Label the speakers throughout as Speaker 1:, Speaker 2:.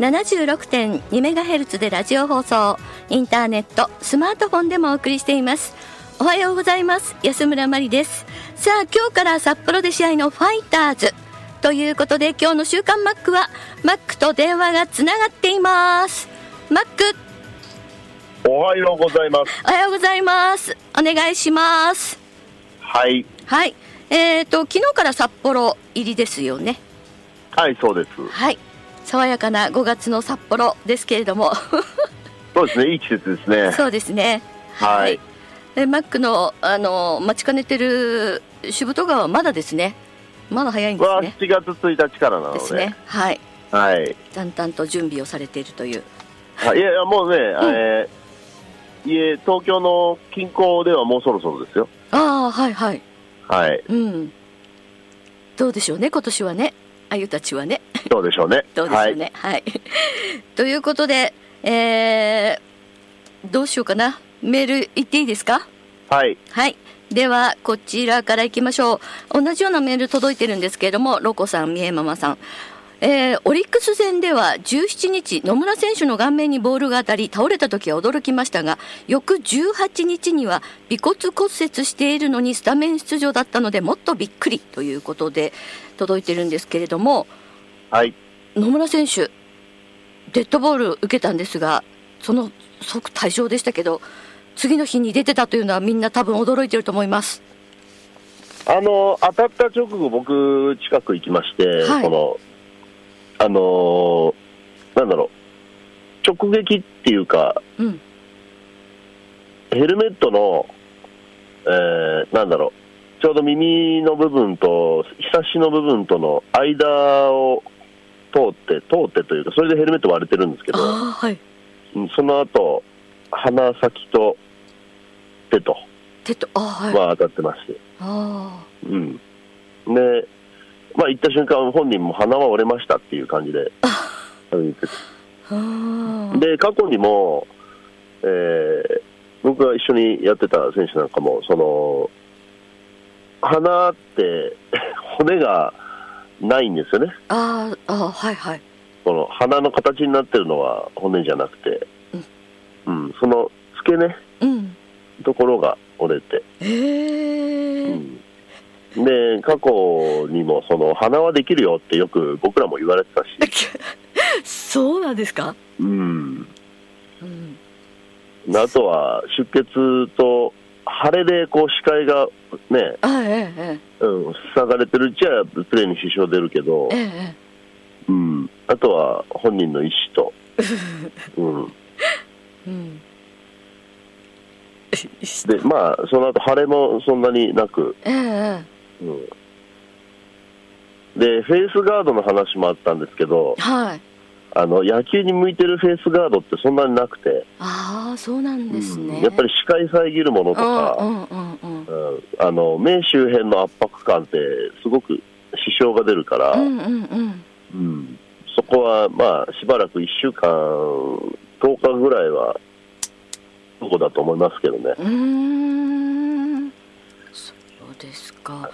Speaker 1: 76.2メガヘルツでラジオ放送インターネットスマートフォンでもお送りしていますおはようございます安村真理ですさあ今日から札幌で試合のファイターズということで今日の週刊マックはマックと電話がつながっていますマック
Speaker 2: おはようございます。
Speaker 1: おはようございますお願いします
Speaker 2: はい。
Speaker 1: はいえーと昨日から札幌入りですよね
Speaker 2: はい、そうです。
Speaker 1: はい爽やかな5月の札幌ですけれども
Speaker 2: そうですね、いい季節ですね。
Speaker 1: そうですね
Speaker 2: はい
Speaker 1: えマックのあの待ちかねてるしぶと川はまだですねまだ早いんです
Speaker 2: は
Speaker 1: ね
Speaker 2: 7月1日からなの
Speaker 1: で
Speaker 2: で。
Speaker 1: すねはい
Speaker 2: はい。
Speaker 1: 淡々と準備をされているという
Speaker 2: はい、いやいや、もうね、えーいえ、東京の近郊ではもうそろそろですよ。
Speaker 1: ああはいはい
Speaker 2: はい。
Speaker 1: うんどうでしょうね今年はねあゆたちはね
Speaker 2: どうでしょうね。
Speaker 1: どうでしょうねはい、ということでえーどうしようかなメール行っていいですか
Speaker 2: はい。はい。
Speaker 1: はい。では、こちらから行きましょう。同じようなメール届いてるんですけれども、ロコさん、ミエママさん。えーオリックス戦では17日、野村選手の顔面にボールが当たり、倒れた時は驚きましたが、翌18日には、尾骨骨折しているのにスタメン出場だったので、もっとびっくりということで、届いてるんですけれども、
Speaker 2: はい。
Speaker 1: 野村選手、デッドボール受けたんですが、その即退場でしたけど、次の日に出てたというのは、みんな多分驚いてると思います。
Speaker 2: あの、当たった直後、僕、近く行きまして、
Speaker 1: はい
Speaker 2: この、あのーなんだろう、直撃っていうか、
Speaker 1: うん、
Speaker 2: ヘルメットの、えーなんだろう、ちょうど耳の部分と、ひさしの部分との間を通って、通ってというか、それでヘルメット割れてるんですけ
Speaker 1: あ
Speaker 2: ど、
Speaker 1: あはい
Speaker 2: うんその後、鼻先と手と
Speaker 1: 手とああはい、
Speaker 2: は当たってまして、
Speaker 1: あ
Speaker 2: うん。で、まあ行った瞬間、本人も鼻は折れましたっていう感じで、うん言ってて
Speaker 1: あああ
Speaker 2: で過去にも、えー僕が一緒にやってた選手なんかもその鼻って 骨がないんですよね
Speaker 1: あああはいはい
Speaker 2: この鼻の形になってるのは骨じゃなくて、うんその付け根
Speaker 1: うん
Speaker 2: ところが折れて、
Speaker 1: ええ
Speaker 2: うんで過去にもその鼻はできるよってよく僕らも言われてたし、
Speaker 1: そうなんですか、
Speaker 2: うん、
Speaker 1: うん、
Speaker 2: あとは出血と腫れでこう視界がね
Speaker 1: ああええ
Speaker 2: うん、塞がれてるうちはプレーに支障出るけど
Speaker 1: ええ、え
Speaker 2: うん、あとは本人の意 思と、うん、
Speaker 1: えうん
Speaker 2: でまあその後腫れもそんなになく、
Speaker 1: えええ
Speaker 2: うん、でフェイスガードの話もあったんですけど
Speaker 1: えはい
Speaker 2: あの野球に向いてるフェイスガードってそんなになくて、
Speaker 1: ああそうなんですね、
Speaker 2: うんやっぱり視界遮るものと
Speaker 1: う
Speaker 2: か、
Speaker 1: んうんうん
Speaker 2: うんあの目周辺の圧迫感ってすごく支障が出るから。
Speaker 1: うんうんうん
Speaker 2: うんそこはまあしばらく1週間、10日ぐらいは、そこだと思いますけどね、
Speaker 1: うーんそうですか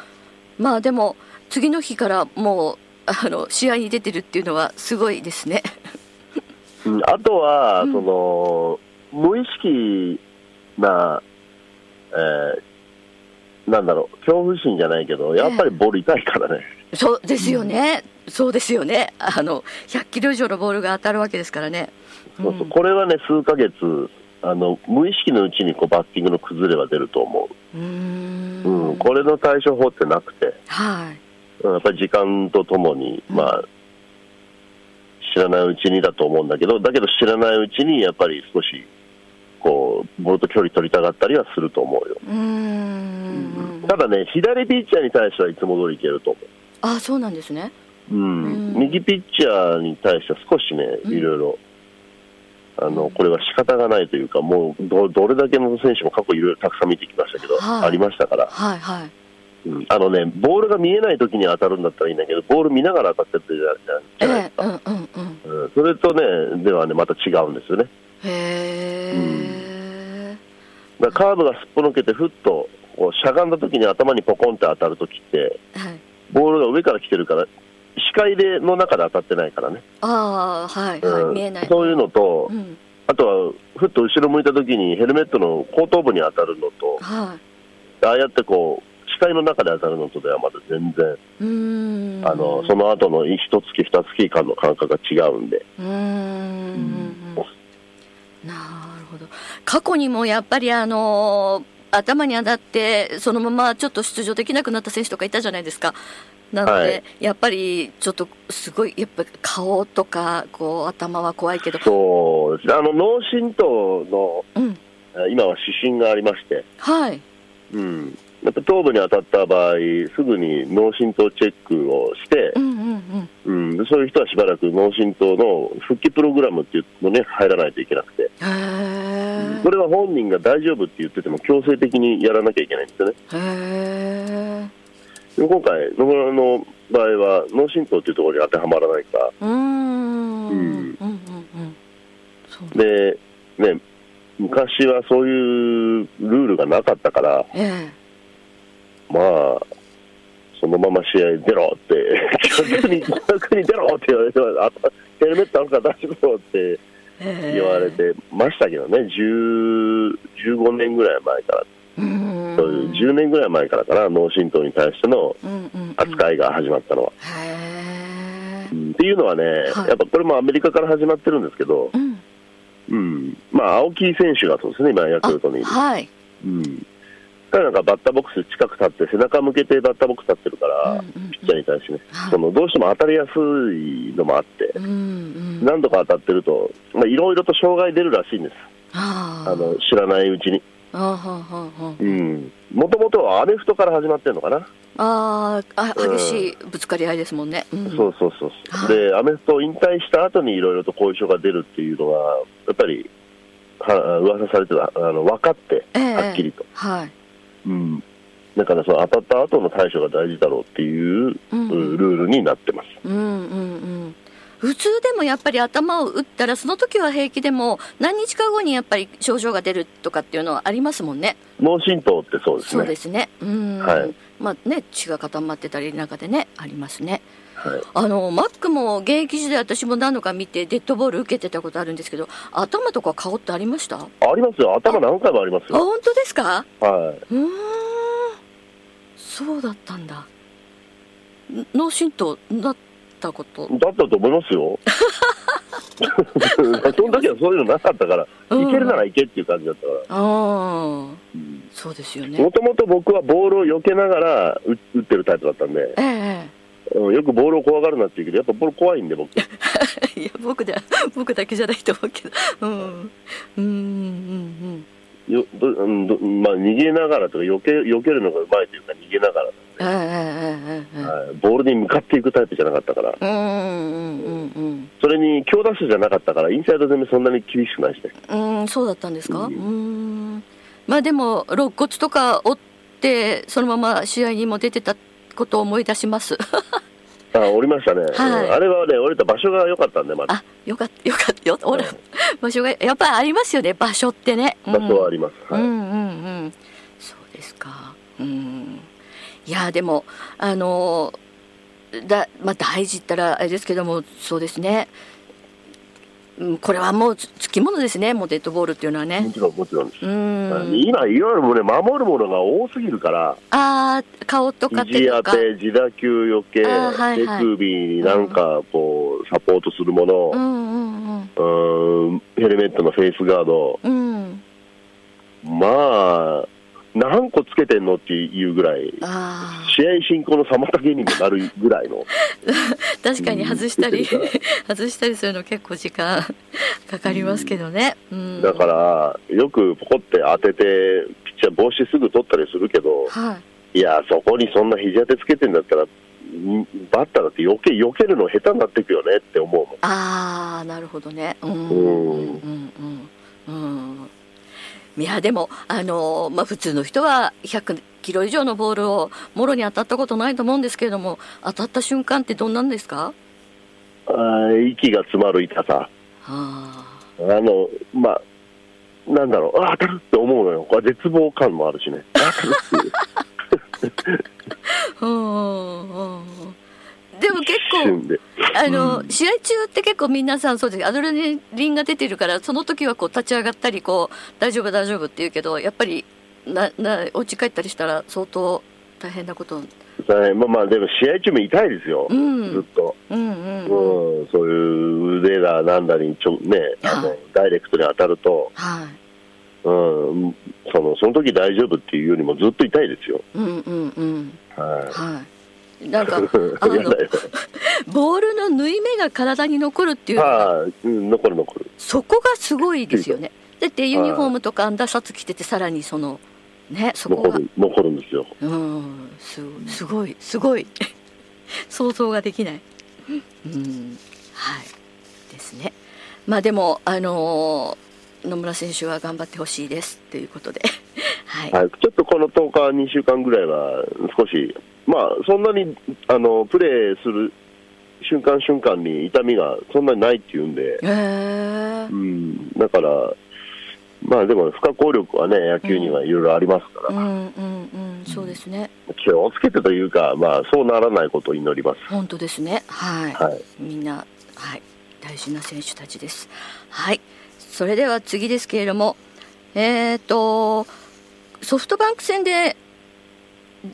Speaker 1: まあでも次の日からもうあの試合に出てるっていうのはすごいです ね
Speaker 2: うんあとは、
Speaker 1: うん
Speaker 2: その無意識な、えーなんだろう、恐怖心じゃないけど、やっぱりボール痛いからね、
Speaker 1: そうですよね、そうですよねあの100キロ以上のボールが当たるわけですからね、
Speaker 2: そうそうこれはね、数ヶ月、あの無意識のうちにこうバッティングの崩れは出ると思
Speaker 1: うーん
Speaker 2: う、うん、これの対処法ってなくて、
Speaker 1: はい
Speaker 2: うんやっぱり時間とともに、まあ、知らないうちにだと思うんだけど、だけど知らないうちに、やっぱり少し、こう、ボールと距離取りたがったりはすると思うよ。
Speaker 1: うーん
Speaker 2: ただね、左ピッチャーに対してはいつも通りいけると思う。
Speaker 1: あそうなんですね
Speaker 2: うん
Speaker 1: うん
Speaker 2: 右ピッチャーに対しては少しね、いろいろ、あの、これは仕方がないというか、もうど、どれだけの選手も過去いろいろたくさん見てきましたけど、
Speaker 1: はい
Speaker 2: ありましたから、
Speaker 1: はいはい
Speaker 2: うんあのね、ボールが見えない時に当たるんだったらいいんだけど、ボール見ながら当たってるじ
Speaker 1: え
Speaker 2: ゃないじゃな
Speaker 1: え
Speaker 2: い
Speaker 1: うんうんうん
Speaker 2: うんそれとね、ではね、また違うんですよね。
Speaker 1: へえ、
Speaker 2: だからカーブがすっぽ抜けて、ふっとこうしゃがんだ時に頭にポコンって当たるときって、
Speaker 1: はい
Speaker 2: ボールが上から来てるから、視界での中で当たってないからね、
Speaker 1: ああはいはい、
Speaker 2: うん
Speaker 1: 見えない
Speaker 2: そういうのと、
Speaker 1: うん
Speaker 2: あとはふっと後ろ向いたときにヘルメットの後頭部に当たるのと、
Speaker 1: は
Speaker 2: ああやってこう、視界の中で当たるのとではまだ全然、
Speaker 1: いうーん
Speaker 2: あのその後の一月、二月間の感覚が違うんで、
Speaker 1: うーんなるほど過去にもやっぱりあの頭に当たってそのままちょっと出場できなくなった選手とかいたじゃないですかなので、
Speaker 2: はい
Speaker 1: やっぱりちょっとすごいやっぱ顔とかこう頭は怖いけど
Speaker 2: そうですねあの脳震盪の
Speaker 1: うん
Speaker 2: え今は指針がありまして、
Speaker 1: はい
Speaker 2: うん、やっぱ頭部に当たった場合、すぐに脳震盪チェックをして
Speaker 1: う、んうんうん
Speaker 2: うん、でそういう人はしばらく脳震盪の復帰プログラムっていうのに入らないといけなくて、
Speaker 1: へえ
Speaker 2: これは本人が大丈夫って言ってても、強制的にやらなきゃいけないんですよね。
Speaker 1: へえ
Speaker 2: でも今回、野村の場合は、脳震盪っていうところに当てはまらないから、
Speaker 1: うーんうん
Speaker 2: う
Speaker 1: うん
Speaker 2: ん
Speaker 1: うんうんそう
Speaker 2: で、ね、昔はそういうルールがなかったから、
Speaker 1: え
Speaker 2: まあ、そのまま試合出ろ って、逆に、逆に出ろって言われて、あとヘルメットあるから出してころって
Speaker 1: えへえ
Speaker 2: 言われてましたけどね、10 15年ぐらい前から、
Speaker 1: うーん
Speaker 2: そういう10年ぐらい前からかな、脳震盪に対しての
Speaker 1: うんうんうん
Speaker 2: 扱いが始まったのは。
Speaker 1: へえ
Speaker 2: うんっていうのはね、
Speaker 1: はい
Speaker 2: やっぱこれもアメリカから始まってるんですけど、
Speaker 1: うん
Speaker 2: うん、まあ、青木選手がそうですね、今、ヤクルトにいる。
Speaker 1: はい、
Speaker 2: うん彼なんかバッターボックス近く立って、背中向けてバッターボックス立ってるから、
Speaker 1: うんうんうん
Speaker 2: ピッチャーに対してね、
Speaker 1: はい
Speaker 2: そのどうしても当たりやすいのもあって、
Speaker 1: うんうん、
Speaker 2: 何度か当たってると、まあいろいろと障害出るらしいんです、
Speaker 1: あー
Speaker 2: あの知らないうちに。
Speaker 1: あーはんはんはん
Speaker 2: もともとはアメフトから始まってるのかな、
Speaker 1: あーあ
Speaker 2: うん
Speaker 1: 激しいぶつかり合いですもんね、うん、
Speaker 2: そうそうそう
Speaker 1: はい
Speaker 2: そう、で、アメフトを引退した後にいろいろと後遺症が出るっていうのは、やっぱりは噂されてた、あの分かって、
Speaker 1: ええ
Speaker 2: はっきりと。
Speaker 1: はい
Speaker 2: うん、だからその当たった後の対処が大事だろうっていう、
Speaker 1: うん
Speaker 2: うルールになってます。
Speaker 1: うんうんうん普通でもやっぱり頭を打ったらその時は平気でも何日か後にやっぱり症状が出るとかっていうのはありますもんね
Speaker 2: 脳震盪ってそうです
Speaker 1: そう
Speaker 2: ね。
Speaker 1: ですねうん、
Speaker 2: はい
Speaker 1: まあね血が固まってたりなんかでねありますね
Speaker 2: はい、
Speaker 1: あのマックも現役時代私も何度か見てデッドボール受けてたことあるんですけど頭とか顔ってありましたあ
Speaker 2: ありますよ。頭何回もありますよ。
Speaker 1: 本当ですか
Speaker 2: はい。
Speaker 1: うーんそうだったんだん脳震盪なったこと
Speaker 2: だったと思いますよ。 その時はそういうのなかったから、
Speaker 1: うん
Speaker 2: いけるならいけっていう感じだったか
Speaker 1: ああ
Speaker 2: ら。
Speaker 1: そうですよね
Speaker 2: もともと僕はボールを避けながら打打ってるタイプだったんで、
Speaker 1: ええ
Speaker 2: うんよくボールを怖がるなって言うけど、やっぱボール怖いんで僕。
Speaker 1: ええいや僕だ 僕だけじゃないと思うけどうんうんうんうん
Speaker 2: よどうんどまあ、逃げながらとか避け、避けるのがうまいというか逃げながら、
Speaker 1: ええええええええ
Speaker 2: はい、ボールに向かっていくタイプじゃなかったから、
Speaker 1: うんうんうんうん
Speaker 2: それに強打者じゃなかったから、インサイド攻めそんなに厳しくないしね。
Speaker 1: うーんそうだったんですか、う
Speaker 2: うん
Speaker 1: ーんまあでも肋骨とか折ってそのまま試合にも出てたことを思い出します
Speaker 2: あ、折りましたね。
Speaker 1: はい
Speaker 2: うんあれはね、折れた場所が良かったんで、まだ。
Speaker 1: あよかったよかったよほら場所がやっぱりありますよね場所ってね、うん、
Speaker 2: 場所はあります。は
Speaker 1: う
Speaker 2: い。
Speaker 1: んうんうんそうですかうんいやでもあのだまあ大事ったらあれですけどもそうですねうんこれはもうつつきものですね、もうデッドボールっていうのは
Speaker 2: も
Speaker 1: ね。
Speaker 2: ちろん、もちろんです。
Speaker 1: うーん。
Speaker 2: 今、いろいろもうね、守るものが多すぎるから、
Speaker 1: ああ、顔とか
Speaker 2: 肘
Speaker 1: 手
Speaker 2: 当
Speaker 1: とか。
Speaker 2: て、自打球よけ、
Speaker 1: あーはいはい
Speaker 2: 手首、なんかこう、サポートするもの、
Speaker 1: うんうん
Speaker 2: うーんヘルメットのフェイスガード、
Speaker 1: うん。うん。
Speaker 2: まあ、何個つけてんのっていうぐらい、
Speaker 1: ああ、
Speaker 2: 試合進行の妨げにもなるぐらいの、
Speaker 1: 確かに外した り、
Speaker 2: つけて
Speaker 1: 外したりするの結構時間かかりますけどね。うん。
Speaker 2: だから、よくポコって当てて、ピッチャー、帽子すぐ取ったりするけど、
Speaker 1: はい。
Speaker 2: いや、そこにそんな肘当てつけてんだったら、んバッターだって避け避けるの下手になっていくよねって思うもん。
Speaker 1: ああなるほどねうんう
Speaker 2: うん
Speaker 1: んうんうんいやでもあのーまあ普通の人は100キロ以上のボールをもろに当たったことないと思うんですけれども当たった瞬間ってどんなんですか
Speaker 2: あー息が詰まる痛さ。
Speaker 1: あ
Speaker 2: あの、まあ、なんだろう、あ当たるって思うのよ。これ絶望感もあ るしね。あ当たるっていう。
Speaker 1: ーうんうんうんでも結
Speaker 2: 一
Speaker 1: 構
Speaker 2: 瞬で。
Speaker 1: あの、試合中って結構皆さんそうですアドレナリンが出てるからその時はこう立ち上がったりこう大丈夫大丈夫って言うけどやっぱりななお家帰ったりしたら相当大変なこと
Speaker 2: はいまあまあ、でも試合中も痛いですよ、
Speaker 1: うん
Speaker 2: ずっと、
Speaker 1: うん
Speaker 2: う
Speaker 1: うん
Speaker 2: ん
Speaker 1: うん、
Speaker 2: そういう腕だなんだにちょ、ねあの
Speaker 1: はい
Speaker 2: ダイレクトに当たると、
Speaker 1: はい
Speaker 2: うん、そのその時大丈夫っていうよりもずっと痛いですよ、
Speaker 1: うんうんうん
Speaker 2: は
Speaker 1: はいなん かあ
Speaker 2: い、や
Speaker 1: の
Speaker 2: だよ、
Speaker 1: ボールの縫い目が体に残るっていうのが
Speaker 2: はいうん残る残る、
Speaker 1: そこがすごいですよねだってユニフォームとかアンダーシャツ着ててさらにそのねそこ
Speaker 2: 残
Speaker 1: が
Speaker 2: る残るんですよ、
Speaker 1: うんすすごいすごい 想像ができないうんはいですねまあでもあのー野村選手は頑張ってほしいですということで はい、
Speaker 2: はい、ちょっとこの10日、2週間ぐらいは、少し、まあ、そんなにあのプレーする瞬間瞬間に痛みがそんなにないっていうんで、
Speaker 1: えー
Speaker 2: うん、だから、まあでも、不可抗力はね、野球にはいろいろありますから。
Speaker 1: うんうんうんそうですね、
Speaker 2: 気をつけてというか、まあ、そうならないことを祈ります。
Speaker 1: 本当ですねはい、
Speaker 2: はい
Speaker 1: みんな、はい、大事な選手たちですはいそれでは次ですけれどもえっ、とソフトバンク戦で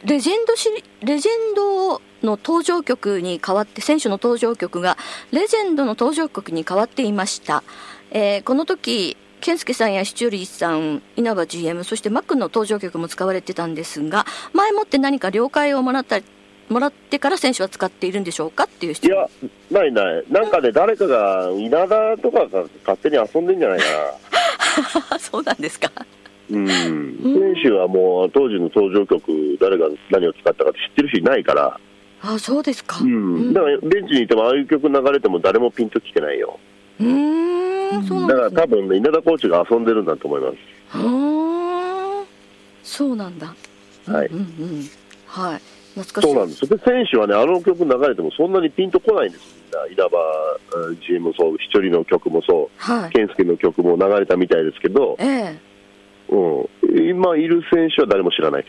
Speaker 1: レジェンドシリレジェンドの登場曲に代わって選手の登場曲がレジェンドの登場曲に変わっていました、えーこの時健介さんやシチュリーさん稲葉 GM そしてマックンの登場曲も使われてたんですが前もって何か了解をもらったもらってから選手は使っているんでしょうかっていう質
Speaker 2: い
Speaker 1: 問
Speaker 2: や、ないない。なんかね、誰かが、稲田とかが勝手に遊んでんじゃないか
Speaker 1: あ そうなんですか
Speaker 2: な。うん。選手はもう、当時の登場曲、誰が何を使ったかって知ってる人いないから。
Speaker 1: あそうですか
Speaker 2: う
Speaker 1: うん
Speaker 2: ん。だから、ベンチにいても、ああいう曲流れても誰もピンときてないよ。
Speaker 1: うーんそうな
Speaker 2: だ
Speaker 1: ん
Speaker 2: か
Speaker 1: で
Speaker 2: ら
Speaker 1: すね
Speaker 2: 多分ね、稲田コーチが遊んでるんだと思います。
Speaker 1: うーんそうなんだ
Speaker 2: はい
Speaker 1: うんうんはい懐かしい
Speaker 2: そうなんです。で、選手はね、あの曲流れてもそんなにピンとこないんです。みんな、稲葉えー GM もそう、一人の曲もそ
Speaker 1: は
Speaker 2: う、
Speaker 1: い
Speaker 2: 健介の曲も流れたみたいですけど、
Speaker 1: ええ
Speaker 2: うん、今いる選手は誰も知らないで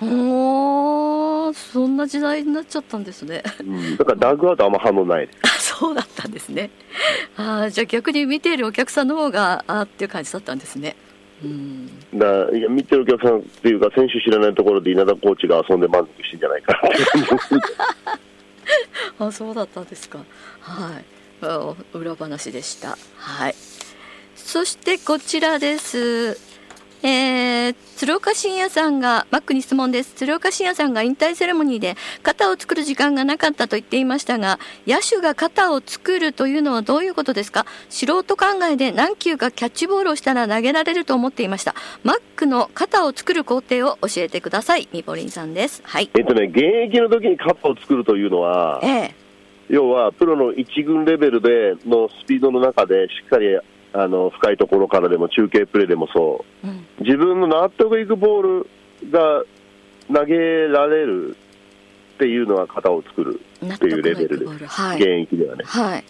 Speaker 1: おーそんな時代になっちゃったんですね
Speaker 2: す、だからダッグアウトあんま反応ないです、
Speaker 1: あそうだったんですねあーじゃあ逆に見ているお客さんの方があーっていう感じだったんですねうん
Speaker 2: だからいや見てるお客さんっていうか、選手知らないところで稲田コーチが遊んで満足してんじゃな いか
Speaker 1: あそうだったんですかはいあ裏話でしたはいそしてこちらですえー鶴岡信也さんがマックに質問です鶴岡信也さんが引退セレモニーで肩を作る時間がなかったと言っていましたが野手が肩を作るというのはどういうことですか素人考えで何球かキャッチボールをしたら投げられると思っていましたマックの肩を作る工程を教えてくださいみぼりんさんですはい
Speaker 2: えっとね、現役の時にカップを作るというのは、
Speaker 1: ええ
Speaker 2: 要はプロの一軍レベルでのスピードの中で、しっかりあの深いところからでも、中継プレーでもそう、
Speaker 1: うん
Speaker 2: 自分の納得いくボールが投げられるっていうのは型を作る、
Speaker 1: 納
Speaker 2: てい
Speaker 1: 得
Speaker 2: う
Speaker 1: の
Speaker 2: レ
Speaker 1: い
Speaker 2: ベル
Speaker 1: く
Speaker 2: で
Speaker 1: ボールはい
Speaker 2: 現役ではね。
Speaker 1: はい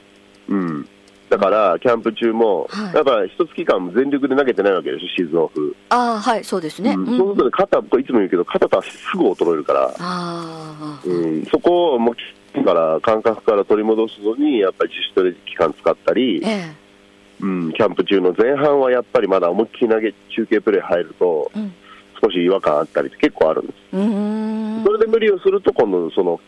Speaker 2: うん、だから、キャンプ中も、
Speaker 1: はい
Speaker 2: だから一月間全力で投げてないわけでしょ、シーズンオフ。
Speaker 1: ああはいそうですね、
Speaker 2: うん
Speaker 1: うん
Speaker 2: そうするとね、肩、これいつも言うけど、肩と足すぐ衰えるから、
Speaker 1: ああ
Speaker 2: うん、そこをもう、きっちりから感覚から取り戻すのに、やっぱり自主トレ期間使ったり
Speaker 1: え、え
Speaker 2: うん、キャンプ中の前半はやっぱりまだ思いっきり投げ中継プレー入ると、
Speaker 1: うん
Speaker 2: 少し違和感あったりって結構あるんです、
Speaker 1: うーん
Speaker 2: それで無理をすると、今度その、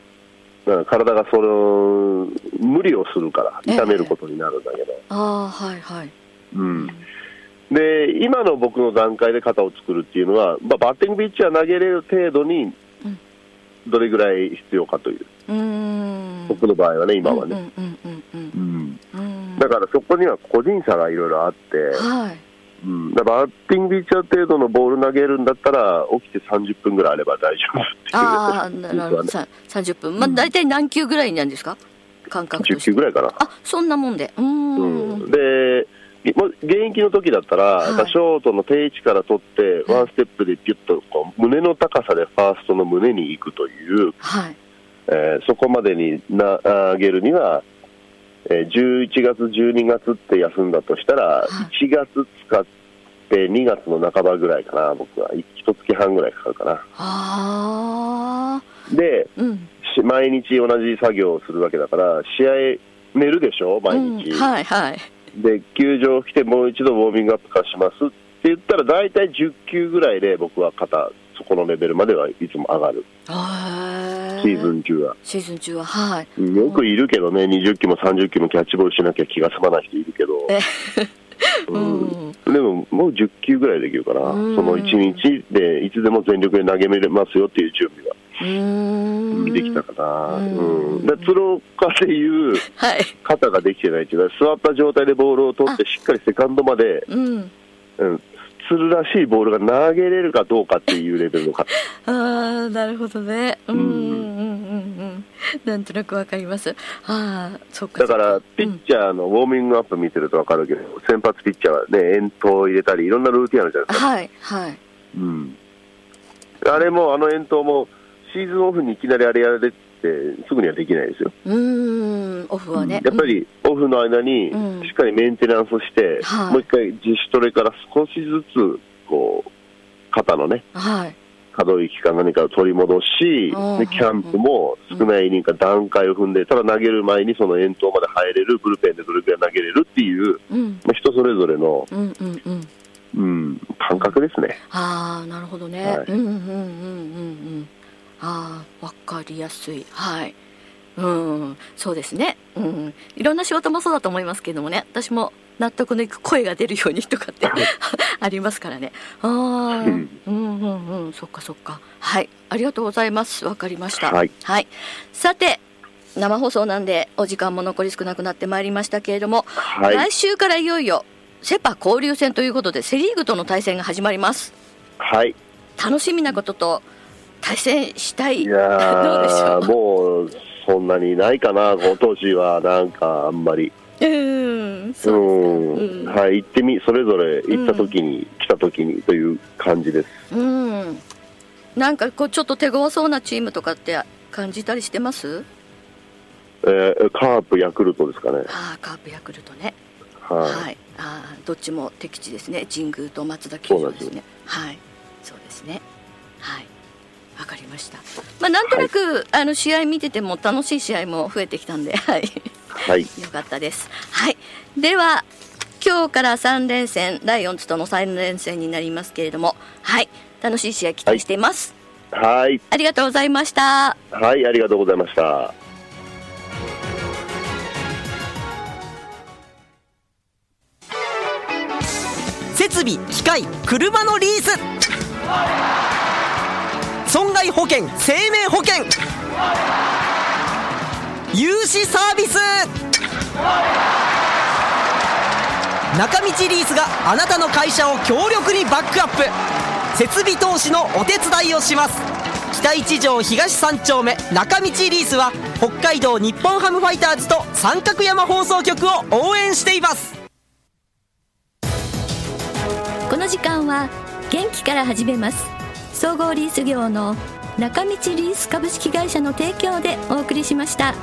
Speaker 2: なんか体がその無理をするから、痛めることになるんだけど、
Speaker 1: ああはいはい
Speaker 2: うん、で今の僕の段階で肩を作るっていうのは、まあ、バッティングピッチャー投げれる程度に
Speaker 1: うん、
Speaker 2: どれぐらい必要かという、
Speaker 1: うーん
Speaker 2: 僕の場合はね、今はね。
Speaker 1: うんうんうん
Speaker 2: うん
Speaker 1: うんうん
Speaker 2: だからそこには個人差がいろいろあって、
Speaker 1: はい
Speaker 2: うん、だからバッティングピッチャー程度のボール投げるんだったら、起きて30分ぐらいあれば大丈夫っていう、
Speaker 1: ああなるほど、
Speaker 2: 実は
Speaker 1: さ30分まあ大体何球ぐらいなんですか感覚
Speaker 2: ね、
Speaker 1: と
Speaker 2: 10
Speaker 1: して
Speaker 2: 球ぐらいかな。
Speaker 1: あそんなもんでうーん
Speaker 2: うん、で、もう現役の時だったら、
Speaker 1: い
Speaker 2: やっぱショートの定位置から取って、ワンステップでピュッとこう胸の高さでファーストの胸に行くという、
Speaker 1: はい
Speaker 2: えーそこまでにな上げるには、えー11月、12月って休んだとしたら、
Speaker 1: い
Speaker 2: 1月使って2月の半ばぐらいかな、僕は、1月半ぐらいかかるかな。
Speaker 1: ああ
Speaker 2: で
Speaker 1: うん
Speaker 2: し毎日同じ作業をするわけだから、試合、寝るでしょ、毎日。
Speaker 1: うん、はいはい
Speaker 2: で球場来てもう一度ウォーミングアップ化しますって言ったら大体10球ぐらいで僕は肩そこのレベルまではいつも上がる
Speaker 1: へ
Speaker 2: シーズン中は、
Speaker 1: シーズン中ははい
Speaker 2: うんよくいるけどね20球も30球もキャッチボールしなきゃ気が済まない人いるけど
Speaker 1: え、
Speaker 2: うんでももう10球ぐらいできるかな、
Speaker 1: うん
Speaker 2: その1日でいつでも全力で投げれますよっていう準備が
Speaker 1: うーん
Speaker 2: できたかな、
Speaker 1: うん
Speaker 2: うん、だから鶴岡でいう
Speaker 1: はい
Speaker 2: 肩ができてないっていうのは座った状態でボールを取ってしっかりセカンドまで
Speaker 1: うん
Speaker 2: うん、鶴らしいボールが投げれるかどうかっていうレベルのか、
Speaker 1: ああなるほどねうんうんうんうんなんとなくわかりますああそっか
Speaker 2: だからピ
Speaker 1: うん
Speaker 2: ッチャーのウォーミングアップ見てると分かるけど、先発ピッチャーはね、遠投を入れたり、いろんなルーティンあるじゃないですか、
Speaker 1: はいはい
Speaker 2: うん、あれも、あの遠投も、シーズンオフにいきなりあれやれって、すぐにはできないですよ、
Speaker 1: うーんオフはね
Speaker 2: やっぱりオフの間に
Speaker 1: うん、
Speaker 2: しっかりメンテナンスをして、
Speaker 1: はい
Speaker 2: もう一回、自主トレから少しずつ、こう、肩のね、
Speaker 1: うんはい
Speaker 2: 可動域か何かを取り戻し、
Speaker 1: うん
Speaker 2: でキャンプも少ないイニングか段階を踏んで、ただ投げる前にその遠投まで入れる、ブルペンでどれくらい投げれるっていう、
Speaker 1: うん
Speaker 2: まあ、人それぞれの、
Speaker 1: うんうんうん
Speaker 2: うん、感覚ですね。
Speaker 1: ああなるほどね、
Speaker 2: はい
Speaker 1: うんうんうんうんうんああわかりやすいはいうんそうですねうんいろんな仕事もそうだと思いますけどもね私も納得のいく声が出るようにとかって ありますからねああう
Speaker 2: うんん
Speaker 1: うんうんそっかそっかはいありがとうございますわかりました
Speaker 2: はい、
Speaker 1: さて生放送なんでお時間も残り少なくなってまいりましたけれども、
Speaker 2: はい
Speaker 1: 来、週からいよいよセ・パ交流戦ということでセ・リーグとの対戦が始まります
Speaker 2: はい、
Speaker 1: 楽しみなことと対戦したい
Speaker 2: いや
Speaker 1: どうで
Speaker 2: ー
Speaker 1: しょう
Speaker 2: もうそんなにないかな、今年はなんかあんまり、
Speaker 1: うーん
Speaker 2: う
Speaker 1: そうです
Speaker 2: ん
Speaker 1: か
Speaker 2: はい、行ってみ、それぞれ行った時に、来た時にという感じです。
Speaker 1: うん、うん、なんかこうちょっと手強そうなチームとかって感じたりしてます
Speaker 2: えーカープ、ヤクルトですかね。
Speaker 1: ああカープヤクルトねは、
Speaker 2: はいい
Speaker 1: ああどっちも敵地ですね神宮と松田球場です
Speaker 2: そうなん
Speaker 1: ねはいそうですねはいわかりましたまあなんとなく、あの試合見てても楽しい試合も増えてきたんではい
Speaker 2: はい
Speaker 1: よかったです。はい。では、今日から3連戦、ライオンズとの3連戦になりますけれども、はい。楽しい試合期待しています。
Speaker 2: はい、
Speaker 1: ありがとうございました。
Speaker 2: はい、ありがとうございました。
Speaker 3: 設備機械車のリース損害保険生命保険融資サービス中道リースがあなたの会社を強力にバックアップ設備投資のお手伝いをします北一条東三丁目中道リースは北海道日本ハムファイターズと三角山放送局を応援しています
Speaker 1: この時間は、元気から始めます。総合リース業の中道リース株式会社の提供でお送りしました。